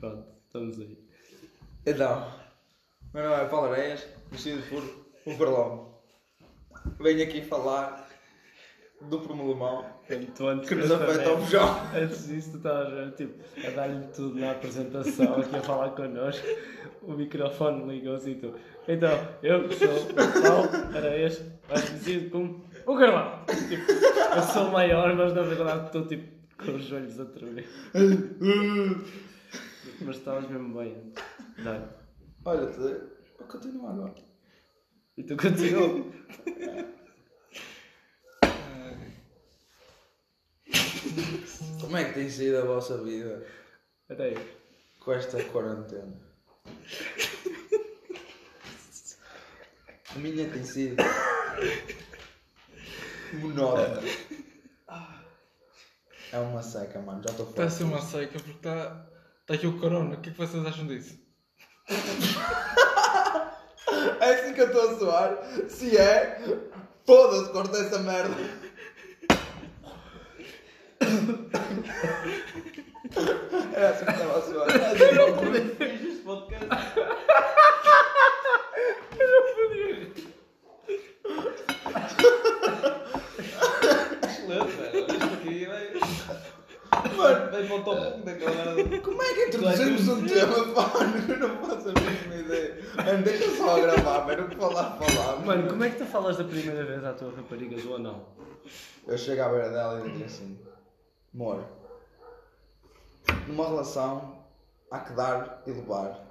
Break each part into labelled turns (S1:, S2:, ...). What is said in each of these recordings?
S1: Pronto, estamos aí.
S2: Então, meu nome é Paulo Areias, conhecido por um Perlão. Venho aqui falar do Promolumão
S1: Tu Então, antes
S2: É que nos
S1: desta
S2: afeta ao
S1: merda-
S2: bujão.
S1: Antes disso, tu estavas a, tipo, a dar-lhe tudo na apresentação, aqui a falar connosco. O microfone ligou-se e tu. Então, eu que sou o Paulo Areias, mais conhecido como o Carvalho. Tipo, eu sou maior, mas na verdade estou tipo com os olhos a tremer. Mas estavas mesmo bem antes. Não.
S2: Olha, te... continua agora.
S1: E tu continuou.
S2: Como é que tem sido a vossa vida
S1: Até aí.
S2: com esta quarentena? A minha tem sido monótona. Ah. É uma seca, mano, já estou
S3: Está Tá a
S2: forte.
S3: ser uma seca porque está. Está aqui o corona. O que é que vocês acham disso?
S2: É assim que eu estou a soar? Se é, foda-se, corta essa merda. Era assim que estava a soar.
S3: Excelente, velho. Isto aqui vai.
S2: Mano,
S3: Vai para o top 1 daquela merda.
S2: como é que introduzimos um tema, pá? Eu não faço a mínima ideia. Mano, deixa só a gravar, mano. O que falar, falar.
S1: Mano, como é que tu falas da primeira vez à tua rapariga do anão?
S2: Eu chego à beira dela e digo assim: Amor, numa relação há que dar e levar.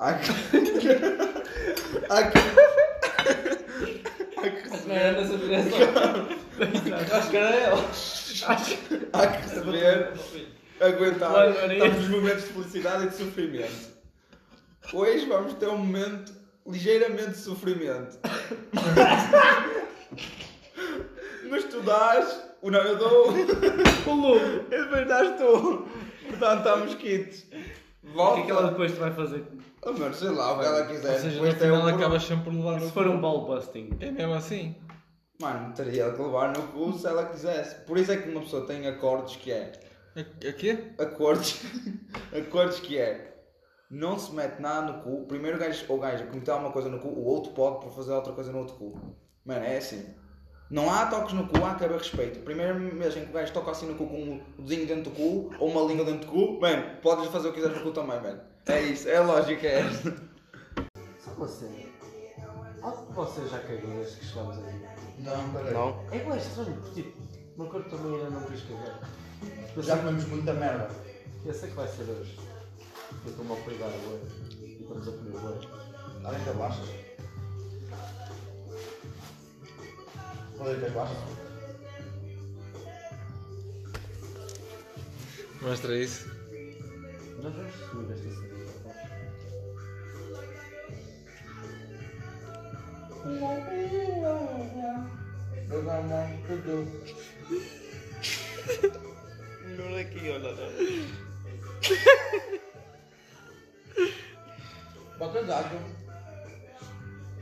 S2: Há que. há que.
S3: Não era nessa direção. Acho que era ela.
S2: há que receber, aguentar.
S1: Olha, olha
S2: Estamos nos momentos de felicidade e de sofrimento. Hoje vamos ter um momento ligeiramente de sofrimento. Mas tu dás, o não eu dou, e
S1: O lobo!
S2: depois dás tu. Portanto, estamos quites.
S1: O que é que ela
S2: Volta.
S1: depois te vai fazer?
S2: Oh, mano, sei lá, o que ela quiser.
S3: Ou seja, no
S2: Depois tem
S3: final
S2: um
S3: acabas sempre por levar
S1: Se
S3: no
S1: for um
S3: cu.
S1: ball busting.
S3: É mesmo assim?
S2: Mano, teria que levar no cu se ela quisesse. Por isso é que uma pessoa tem acordos que é.
S3: A, a quê?
S2: Acordos. acordos que é. Não se mete nada no cu. Primeiro o gajo ou gajo cometer alguma coisa no cu, o outro pode por fazer outra coisa no outro cu. Mano, é assim. Não há toques no cu, há que haver respeito. Primeiro mês em que o gajo toca assim no cu com um dedinho dentro do cu ou uma língua dentro do cu, mano, podes fazer o que quiseres no cu também, mano. É isso, é a lógica é esta.
S4: Só você. Onde você já cagou desde que chegamos aqui?
S5: Não, peraí.
S6: Não?
S4: É bem estranho, porque tipo, o meu corpo também ainda não quis cagar. Eu
S5: Já
S4: sei,
S5: comemos muita merda.
S4: eu sei que vai ser hoje. Eu estou-me a pegar o E estamos a comer o
S5: Além das baixas. Além das baixas.
S3: Mostra isso.
S4: Nós vamos subir esta cena.
S2: é
S6: Melhor
S2: é
S6: aqui, olha.
S2: Vocês acham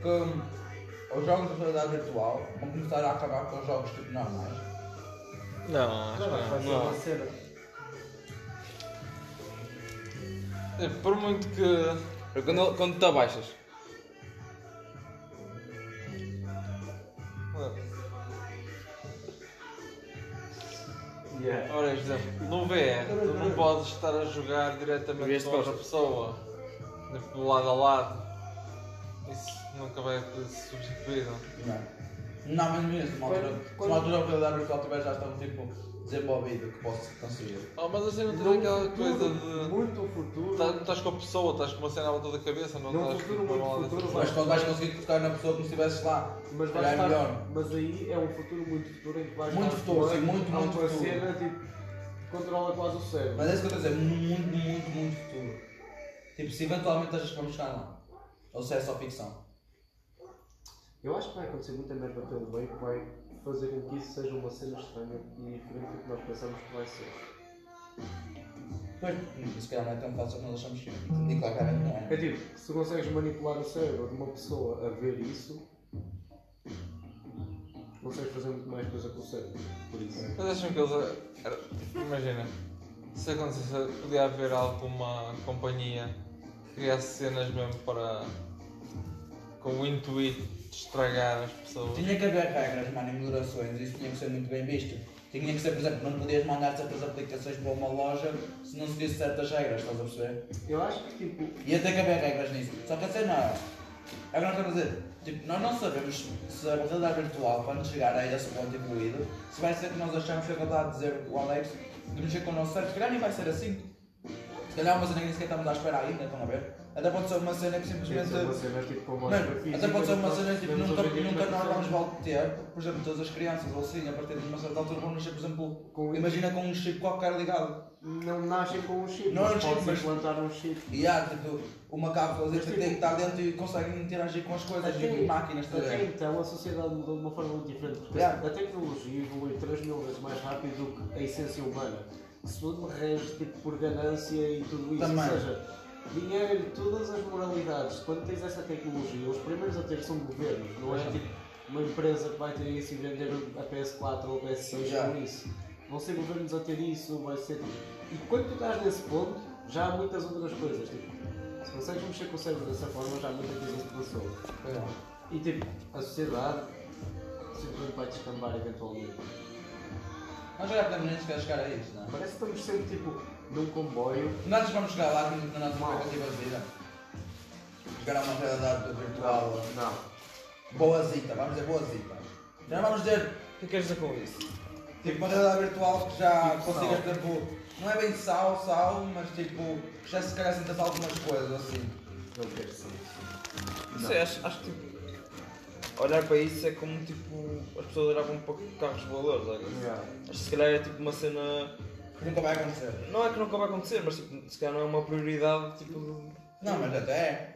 S2: que os jogos de realidade virtual vão começar a acabar com os jogos tipo normais?
S3: Não, acho
S4: Agora vai
S3: que
S4: ser uma
S3: não.
S4: cena.
S3: É, Por muito que.
S6: Quando, quando tu abaixas.
S4: Yeah.
S3: Ora, por exemplo, no VR, tu não podes estar a jogar diretamente
S6: Vieste
S3: com outra
S6: para-
S3: pessoa, tipo, lado a lado. Isso nunca vai ser substituído.
S2: Não. Não, mas mesmo, uma altura, se uma altura a realidade virtual tiver já estão tipo desenvolvido que posso conseguir.
S3: Oh, mas assim não tem aquela coisa de.
S4: Muito futuro.
S3: tá- Não estás com a pessoa, estás com uma cena à volta da cabeça, não
S4: Num
S3: estás
S4: futuro
S3: com a
S4: muito
S3: mão na
S4: futuro
S3: cabeça.
S4: vai
S2: Mas quando vais conseguir tocar na pessoa como se estivesse lá,
S4: Mas,
S2: Já
S4: vai
S2: é
S4: estar,
S2: melhor.
S4: mas aí é um futuro muito futuro em que vais
S2: Muito
S4: estar
S2: futuro,
S4: fumando,
S2: sim, muito,
S4: há
S2: muito
S4: uma
S2: futuro.
S4: cena tipo, controla quase o cérebro.
S2: mas é isso que eu estou a dizer, muito, muito, muito futuro. Tipo, se eventualmente achas que vamos chegar lá, ou se é só ficção.
S4: Eu acho que vai acontecer muita merda pelo meio que vai fazer com que isso seja uma cena estranha e diferente do que nós pensamos que vai ser.
S2: Pois, se calhar não é tão fácil como nós achamos que é. E claramente não
S4: É
S2: é.
S4: tipo, se tu consegues manipular o cérebro de uma pessoa a ver isso, consegues fazer muito mais coisa com o cérebro. Por isso.
S3: Mas acham que eles. era- Imagina, se acontecesse, podia haver alguma companhia que criasse cenas mesmo para. com o intuito de estragar as pessoas.
S5: Tinha que haver regras, mano, e moderações, isso tinha que ser muito bem visto. Tinha que ser, por exemplo, não podias mandar certas aplicações para uma loja se não se disse certas regras, estás a perceber?
S4: Eu acho que tipo.
S5: Ia ter que haver regras nisso. Só que a cena é. É o que nós estamos a dizer. Tipo, nós não sabemos se a realidade virtual, quando chegar a esse ponto evoluído, se vai ser que nós achamos que acabou de dizer o Alex de mexer com o nosso cérebro. Se calhar nem vai ser assim. Se calhar é uma cena que nem sequer estamos à espera ainda, estão a ver? Até pode ser é uma cena que
S4: Deve
S5: simplesmente.
S4: ser uma cena tipo com voz para
S5: Mano,
S4: física,
S5: até pode ser uma
S4: nós
S5: cena tipo,
S4: podemos
S5: nunca,
S4: hoje em dia é
S5: nunca um nós
S4: fazer
S5: vamos
S4: cenas.
S5: voltar, por exemplo, todas as crianças ou assim, a partir de uma certa altura vão nascer, por exemplo,
S4: Com-
S5: imagina com um chip qualquer ligado.
S4: Não nascem com um chip,
S5: Não é um
S4: mas
S5: chip,
S4: pode-se
S5: mas-
S4: implantar um chip.
S5: E há, tipo, uma cápsula
S4: Mas,
S5: deste
S4: tipo,
S5: tem que estar dentro e conseguem interagir com as coisas e com máquinas, estás a
S4: até
S5: ver?
S4: então a sociedade mudou de uma forma muito diferente, porque
S5: Yeah.
S4: a tecnologia evolui 3 mil vezes mais rápido do que a essência humana. Se tudo me rege tipo, por ganância e tudo isso,
S5: Também.
S4: ou seja, dinheiro e todas as moralidades, quando tens essa tecnologia, os primeiros a ter são governos, não é tipo uma empresa que vai ter isso e vender a PS4 ou a PS6
S5: Yeah.
S4: com isso. Vão ser governos a ter isso, vai ser tipo... E quando tu estás nesse ponto, já há muitas outras coisas, tipo, se consegues mexer com o cérebro dessa forma, já há muita coisa que passou. E tipo, a sociedade simplesmente vai descambar eventualmente.
S5: Nós já podemos nem sequer chegar a isso, não é?
S4: Parece que estamos sempre tipo num comboio.
S5: Nós vamos chegar lá com a nossa expectativa de vida. Chegar a uma realidade virtual
S4: Não.
S5: boazita, vamos dizer boazita. Já não vamos dizer
S6: O que queres dizer com isso?
S5: Tipo, uma realidade virtual que já
S4: Tipo
S5: consigas,
S4: sal.
S5: tipo, não é bem sal, sal, mas tipo, já se calhar sintas algumas coisas assim.
S4: Não quero ser.
S6: Não sei, acho, acho que tipo, olhar para isso é como tipo as pessoas olhavam para carros voadores. olha. Acho que se calhar é tipo uma cena.
S5: que Nunca vai acontecer.
S6: Não é que nunca vai acontecer, mas tipo, se calhar não é uma prioridade tipo. de-
S5: Não, mas até é.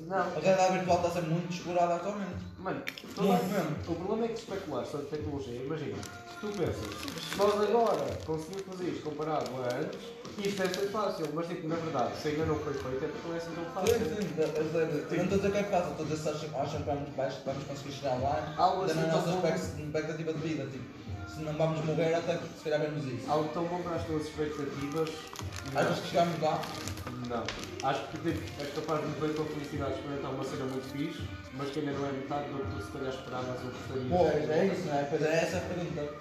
S4: Não.
S5: A realidade virtual está a ser muito explorada atualmente.
S4: Mano,
S5: Não
S4: toda
S5: é mesmo.
S4: a... o problema é que especular sobre tecnologia, imagina, se tu pensas, nós agora conseguimos fazer isto comparado a antes, isto é ser fácil, mas tipo, na verdade, se ainda não foi feito, é porque não é assim tão
S5: Sim,
S4: fácil.
S5: sim, eu- eu sei, eu Não estou a dizer que é fácil, estou a dizer se acham, acham que vamos, baixo, vamos conseguir chegar lá,
S4: Algo
S5: da
S4: assim tão
S5: nossa
S4: bom.
S5: expect- expectativa de vida, tipo, se não vamos morrer até que se calhar vemos isso.
S4: Algo tão bom para as tuas expectativas.
S5: Achas que chegamos lá?
S4: Não. Acho que tipo, és capaz de ver com a felicidade de experimentar uma cena muito fixe, mas que ainda não é metade do que tu se calhar esperavas ou gostarias.
S5: Pois, é isso, não é? Pois é, essa é a pergunta.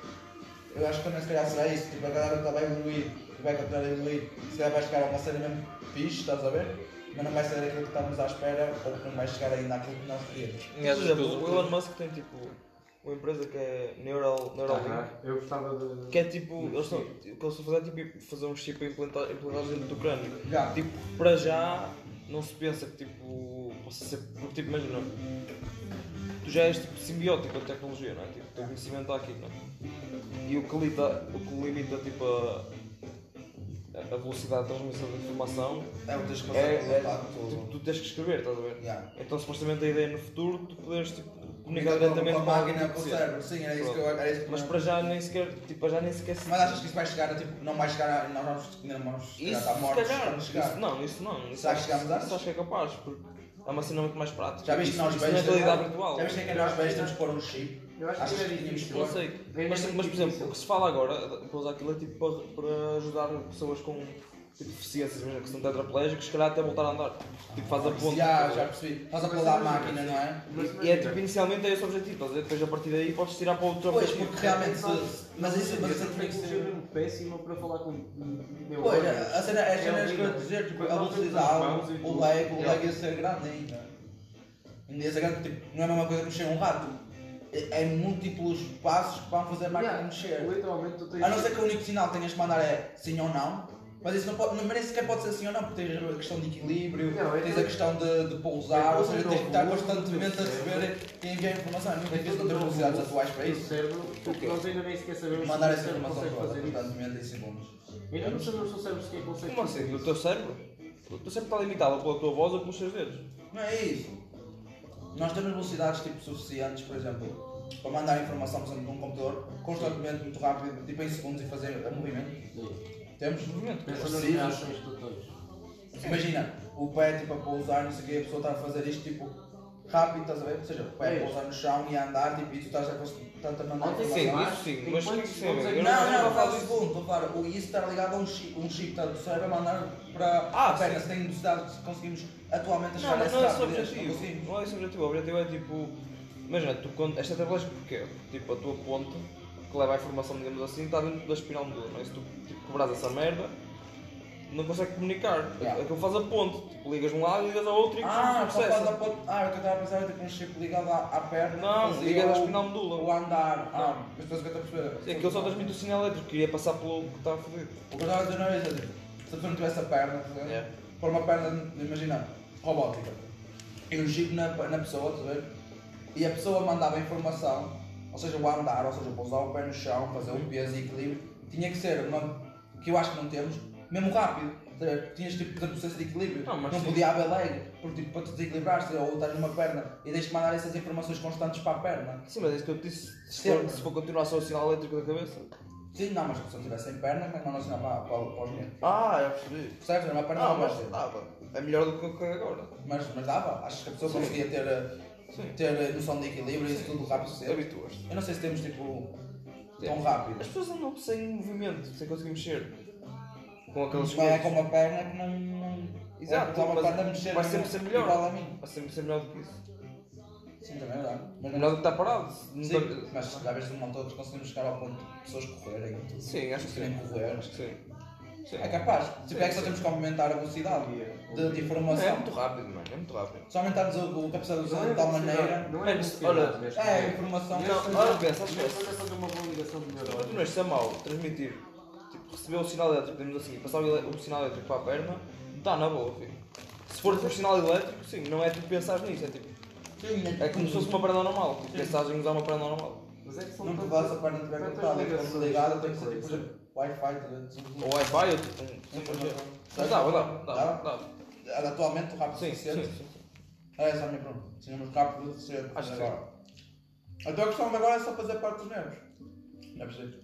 S5: Eu acho que também se calhar será isso, tipo, a galera tá vai evoluir, e vai continuar a evoluir, se calhar vai chegar a uma série mesmo fixe, estás a ver? Mas não vai ser aquilo que estamos à espera, ou que não vai chegar ainda àquilo que nós queríamos.
S6: Por exemplo, o Elon Musk tem tipo uma empresa que é Neural, Neuralink.
S4: Aham. Eu gostava de.
S6: Que é tipo, eles estão, o que eles estão a fazer é tipo fazer um chip implantado, implantado dentro do crânio.
S5: Já.
S6: Tipo, para já não se pensa que tipo possa ser. Porque tipo, imagina, tu já és tipo simbiótico da tecnologia, não é? Tipo, o teu conhecimento está aqui, não é? E o que limita, o que limita tipo a, a velocidade de transmissão da informação
S5: É o que tens que
S6: é,
S5: fazer pelo
S6: é
S5: lado
S6: tipo,
S5: todo.
S6: tu tens que escrever, estás a ver?
S5: Já.
S6: Então supostamente a ideia é no futuro tu poderes tipo, comunicar
S5: Então,
S6: diretamente
S5: com a máquina,
S6: alguém
S5: com o
S6: que
S5: cérebro, sim, era isso que eu era isso que
S6: Mas
S5: eu-
S6: para já nem sequer, tipo, para já nem sequer se-
S5: Mas achas que isso vai chegar, a, tipo, não vai chegar, a, não vamos, não vamos
S6: Isso,
S5: chegar,
S6: se
S5: está mortos
S6: calhar.
S5: quando chegar.
S6: Isso, não, isso não. Isso
S5: Será que chegamos antes?
S6: isso acho que é capaz, porque é uma cena muito mais prática.
S5: Já viste que
S6: Isso-
S5: nós
S6: isso é
S5: velhos,
S6: na realidade
S5: temos-
S6: virtual.
S5: já viste que é que nós velhos temos que pôr um chip?
S4: Eu acho que é
S5: Achas
S4: era
S5: que tínhamos que
S4: difícil.
S5: pôr?
S6: Eu sei.
S4: É
S6: Mas,
S4: muito
S6: mas, por exemplo,
S4: difícil.
S6: o que se fala agora, para usar aquilo, é tipo para, para ajudar pessoas com tipo, deficiências, mesmo que são tetraplégicos, se calhar até voltar a andar. Tipo, faz a ponte.
S5: Já, já percebi. Estás a pular a máquina, não é?
S4: Mas
S6: E é
S4: imagina,
S6: tipo, inicialmente é esse o objetivo, estás a ver? Depois a partir daí podes tirar para outro
S5: Pois,
S6: objetivo.
S5: porque realmente se. Mas isso
S4: é
S5: mas
S4: uma
S5: isso tem que
S4: tecnologia
S5: ser.
S4: mesmo péssima para falar com um, meu
S5: Pois, a cena é as
S4: É
S5: cenas que eu
S4: horrível.
S5: ia dizer, tipo,
S4: Quando
S5: a
S4: nós temos mãos
S5: velocidade,
S4: e
S5: o
S4: tudo. É.
S5: leg, o
S4: Yeah.
S6: é
S5: leg ia ser grande ainda. Ainda ia ser grande, tipo, não é a mesma coisa que mexer um rato. É é múltiplos passos é que vão fazer a máquina
S4: Yeah,
S5: mexer.
S4: Literalmente tu tens.
S5: A não ser que o único sinal que tenhas que mandar é sim ou não. Mas isso não pode, não- mas nem sequer pode ser sim ou não, porque tens a questão de equilíbrio,
S4: Não, é
S5: tens a
S4: tudo-
S5: questão de, de pousar,
S4: é
S5: ou seja,
S4: tudo
S5: tens que estar
S4: novo,
S5: constantemente a
S4: tudo
S5: receber e enviar informação. É muito
S4: É tudo
S5: difícil com as
S4: novo.
S5: velocidades atuais para
S4: O
S5: isso.
S4: um cérebro,
S5: quê?
S4: nós ainda nem sequer sabemos
S5: Mandar
S4: se o
S5: essa
S4: cérebro
S5: informação
S4: consegue
S5: toda,
S4: fazer isso.
S5: constantemente em segundos.
S4: Ainda não sabemos se o cérebro sequer consegue
S6: Como
S4: fazer
S6: assim? O
S4: isso.
S6: teu cérebro? O teu cérebro está limitado pela tua voz ou pelos teus dedos.
S5: Não é isso. Nós temos velocidades tipo, suficientes, por exemplo, para mandar informação, por exemplo, de um computador constantemente, muito rápido, tipo em segundos e fazer a movimento.
S4: Sim.
S5: Temos
S6: Movimento.
S4: Pensa nas
S5: precisos.
S4: reações que tu tens.
S5: Imagina, o pé tipo a pousar, não sei o que, a pessoa está a tá fazer isto tipo rápido, estás a ver? Ou seja, vai
S6: É
S4: Pois.
S5: pousar no chão e a andar, tipo, e tu estás a cons- estás a mandar
S4: Ontem
S6: Sim,
S5: informação.
S4: Mas
S6: isso sim,
S4: tem
S6: mas o que é
S4: quantos
S6: que isso tem a ver?
S4: pontos é que-
S6: Eu
S5: Não, não,
S6: não-
S5: eu falo do segundo, estou a falar, o isso estar ligado a um chip, um chip tanto do cérebro a mandar para
S6: Ah,
S5: a perna,
S6: sim.
S5: se tem necessidade, se conseguimos atualmente
S6: Não,
S5: achar
S6: mas
S5: essa
S6: não é esse o
S5: rapidez, não
S6: objetivo.
S5: conseguimos.
S6: Não é esse o objetivo. O objetivo é tipo. Imagina, tu, quando, esta é tabelagem porquê? Tipo, a tua ponte que leva a informação, digamos assim, está dentro da espinal medula. Não é? Se tu tipo, quebras essa merda, não consegue comunicar.
S5: Yeah.
S6: Aquilo faz a ponte. Tipo, ligas de um lado e ligas ao outro e
S5: Ah,
S6: o
S5: só faz a
S6: processo.
S5: ponte. Ah, o que eu estava a pensar era tipo um chip ligado à, à perna.
S6: Não,
S5: fazia
S6: ligas à
S5: o-
S6: espinal medula.
S5: O andar. Ah, mas depois o que eu estou a perceber.
S6: É aquilo só transmite o sinal elétrico que ia passar pelo que tá está fodido.
S5: O que eu estava a dizer não era isso, é tipo, se a pessoa não tivesse a perna, tá vendo?
S6: Yeah.
S5: pôr uma perna, imagina, robótica, e um chip na, na pessoa, estás a ver? E a pessoa mandava a informação, ou seja, o andar, ou seja, pousar o pé no chão, fazer
S6: Uhum.
S5: o peso e equilíbrio, tinha que ser uma, que eu acho que não temos, mesmo rápido. estás a ver? Tinhas tipo de processo de equilíbrio,
S6: Não,
S5: não,
S6: mas sim.
S5: podia haver lag, porque tipo, para te desequilibrares, ou estás numa perna e tens de mandar essas informações constantes para a perna.
S6: Sim, mas é isso que eu te disse. Se
S5: Sim.
S6: for, se for continuar só o sinal elétrico da cabeça.
S5: Sim, não, mas se a pessoa tivesse sem perna, como é que manda sinal para, para, para os membros?
S6: Ah, já percebi.
S5: Percebes? Uma perna
S6: Ah,
S5: não vai
S6: mas
S5: ser.
S6: dava. É melhor do que o que é agora.
S5: Mas, mas dava, achas que a pessoa conseguia ter, eh,
S6: Sim.
S5: ter eh, noção de equilíbrio e isso tudo rápido cedo?
S6: Habituas-te.
S5: Eu não sei se temos tipo tão
S6: Sim.
S5: rápido.
S6: As pessoas andam sem movimento, sem conseguir mexer. Com aqueles
S5: Mas é com
S6: coisas.
S5: uma perna que não. não-
S6: Exato,
S5: é que dá uma
S6: mas
S5: perna a mexer
S6: vai sempre ser melhor.
S5: Igual a mim.
S6: Vai sempre ser melhor do que isso.
S5: Sim, também é verdade. Mas
S6: Melhor do que estar parado. tá-
S5: não... Sim, mas já vês um montão que conseguimos chegar ao ponto de pessoas correrem e tudo.
S6: Sim, acho que sim.
S5: Conseguirem correr.
S6: Acho que sim. Sim.
S5: É capaz. Tipo,
S6: Sim,
S5: é que só
S6: sim.
S5: temos que aumentar a velocidade de, de
S6: É
S5: informação.
S6: muito rápido, mano. É muito rápido.
S5: Só aumentarmos o, o capacidade de
S4: Não
S5: usar
S4: é
S5: de tal
S4: velocidade,
S5: maneira.
S4: Não é
S6: Olha,
S4: velocidade, mesmo.
S5: É, a informação.
S6: Não,
S4: Esta
S6: olha,
S4: é-
S6: pensa, acho que é
S4: esta é só de uma boa ligação de
S6: Se
S4: neurônios.
S6: continuas a mal, é transmitir, tipo, receber o sinal elétrico, digamos assim, passar o, ele- o sinal elétrico para a perna, dá na boa, filho. Se for tipo sinal elétrico, sim, não é tu pensares nisso, é tipo. É como se fosse uma perna normal, tipo, pensares em usar uma perna normal.
S4: Mas é que são
S5: Não te
S4: tantas-
S5: vas a perna tiver
S4: tantas
S5: cortada, é
S4: ligações,
S5: como ligada, tem
S4: tanta
S5: que ser tipo
S4: coisa.
S5: por exemplo,
S6: Ou
S5: Wi-Fi.
S6: Wi-Fi ou tipo um. Sim, mas é. Mas dá, dá, dá, dá.
S5: dá. é Atualmente o rápido
S6: é- Sim, sim,
S5: suficiente.
S6: sim.
S5: É essa a minha pergunta. Tínhamos rápido suficiente.
S6: Acho que
S5: agora. A tua questão agora é só fazer parte dos nervos. Não é preciso.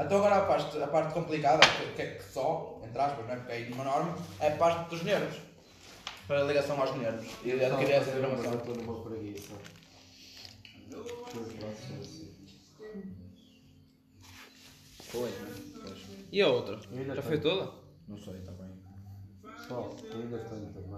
S5: Então agora a parte, a parte complicada, que, é que, que só, entre aspas, não é? porque aí numa norma, é a parte dos nervos. Para a ligação aos nervos. E adquirir essa
S4: Não, mas eu
S5: informação.
S4: estou numa preguiça. Com os braços assim.
S5: Foi.
S6: E a outra?
S4: Eu ainda
S6: Já
S4: tenho.
S6: foi toda?
S5: Não sei, está bem.
S4: Pessoal, eu ainda tenho também.